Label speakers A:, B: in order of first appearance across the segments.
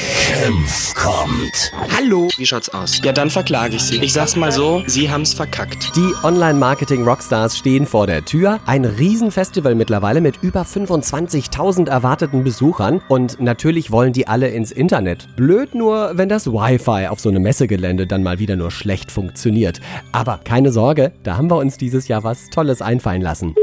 A: Senf kommt.
B: Hallo. Wie schaut's aus? Ja, dann verklage ich Sie. Ich sag's mal so, Sie haben's verkackt.
C: Die Online-Marketing-Rockstars stehen vor der Tür. Ein Riesenfestival mittlerweile mit über 25.000 erwarteten Besuchern. Und natürlich wollen die alle ins Internet. Blöd nur, wenn das Wi-Fi auf so einem Messegelände dann mal wieder nur schlecht funktioniert. Aber keine Sorge, da haben wir uns dieses Jahr was Tolles einfallen lassen.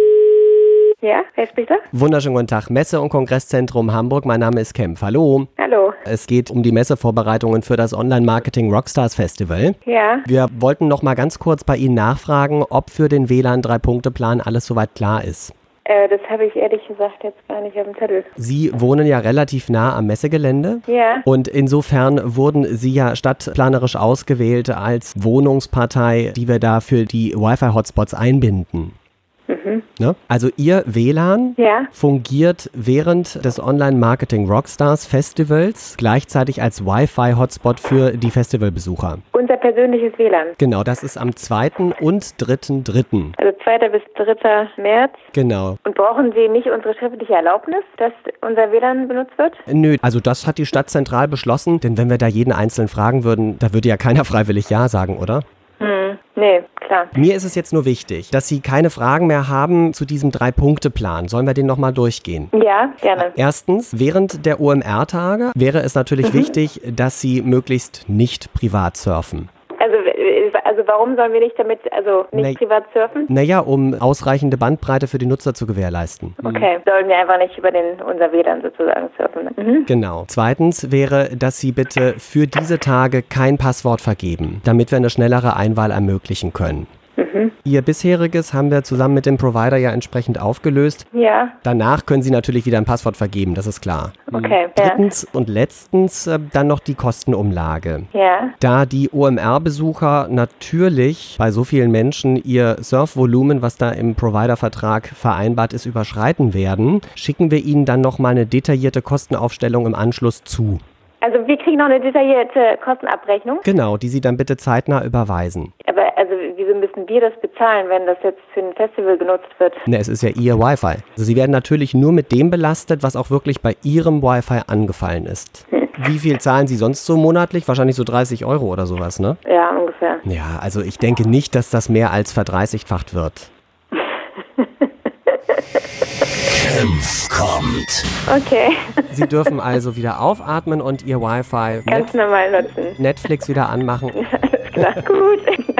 D: Ja, wer spricht da?
C: Wunderschönen guten Tag, Messe- und Kongresszentrum Hamburg. Mein Name ist Kempf. Hallo.
D: Hallo.
C: Es geht um die Messevorbereitungen für das Online-Marketing Rockstars Festival.
D: Ja,
C: Wir wollten noch mal ganz kurz bei Ihnen nachfragen, ob für den WLAN-Drei-Punkte-Plan alles soweit klar ist.
D: äh, das habe ich ehrlich gesagt jetzt gar nicht auf dem Zettel.
C: Sie wohnen ja relativ nah am Messegelände.
D: Ja,
C: Und insofern wurden Sie ja stadtplanerisch ausgewählt als Wohnungspartei, die wir da für die Wi-Fi-Hotspots einbinden. Ne? Also Ihr WLAN
D: Mhm. ja,
C: fungiert während des Online-Marketing Rockstars Festivals gleichzeitig als Wi-Fi-Hotspot für die Festivalbesucher.
D: unser persönliches WLAN.
C: Genau, das ist am 2. und 3.3.
D: Also 2. bis 3. März.
C: Genau.
D: Und brauchen Sie nicht unsere schriftliche Erlaubnis, dass unser WLAN benutzt wird?
C: Nö, also das hat die Stadt zentral beschlossen, denn wenn wir da jeden einzeln fragen würden, da würde ja keiner freiwillig Ja sagen, oder?
D: Hm, nee, klar.
C: Mir ist es jetzt nur wichtig, dass Sie keine Fragen mehr haben zu diesem Drei-Punkte-Plan. Sollen wir den nochmal durchgehen?
D: Ja, gerne.
C: Erstens, während der OMR-Tage wäre es natürlich wichtig, dass Sie möglichst nicht privat surfen.
D: Also, äh, also warum sollen wir nicht damit, also
C: Nee.
D: nicht privat surfen?
C: Naja, um ausreichende Bandbreite für die Nutzer zu gewährleisten.
D: Okay, sollen wir einfach nicht über den unser WLAN sozusagen surfen? Mhm.
C: Genau. Zweitens wäre, dass Sie bitte für diese Tage kein Passwort vergeben, damit wir eine schnellere Einwahl ermöglichen können. Ihr bisheriges haben wir zusammen mit dem Provider ja entsprechend aufgelöst.
D: Ja,
C: Danach können Sie natürlich wieder ein Passwort vergeben, das ist klar.
D: okay. Ja,
C: Drittens und letztens äh, dann noch die Kostenumlage.
D: ja,
C: Da die OMR-Besucher natürlich bei so vielen Menschen ihr Surfvolumen, was da im Provider-Vertrag vereinbart ist, überschreiten werden, schicken wir ihnen dann nochmal eine detaillierte Kostenaufstellung im Anschluss zu.
D: also wir kriegen noch eine detaillierte Kostenabrechnung.
C: Genau, die sie dann bitte zeitnah überweisen.
D: Aber also wieso müssen wir das bezahlen, wenn das jetzt für ein Festival genutzt wird?
C: Ne, es ist ja ihr Wi-Fi. Also sie werden natürlich nur mit dem belastet, was auch wirklich bei ihrem Wi-Fi angefallen ist. Wie viel zahlen sie sonst so monatlich? Wahrscheinlich so 30 Euro oder sowas, ne?
D: Ja, ungefähr.
C: Ja, also ich denke nicht, dass das mehr als verdreißigfacht wird.
A: Senf kommt.
D: Okay,
C: Sie dürfen also wieder aufatmen und Ihr Wi-Fi, Net
D: ganz normal nutzen.
C: Netflix wieder anmachen.
D: Alles klar, gut.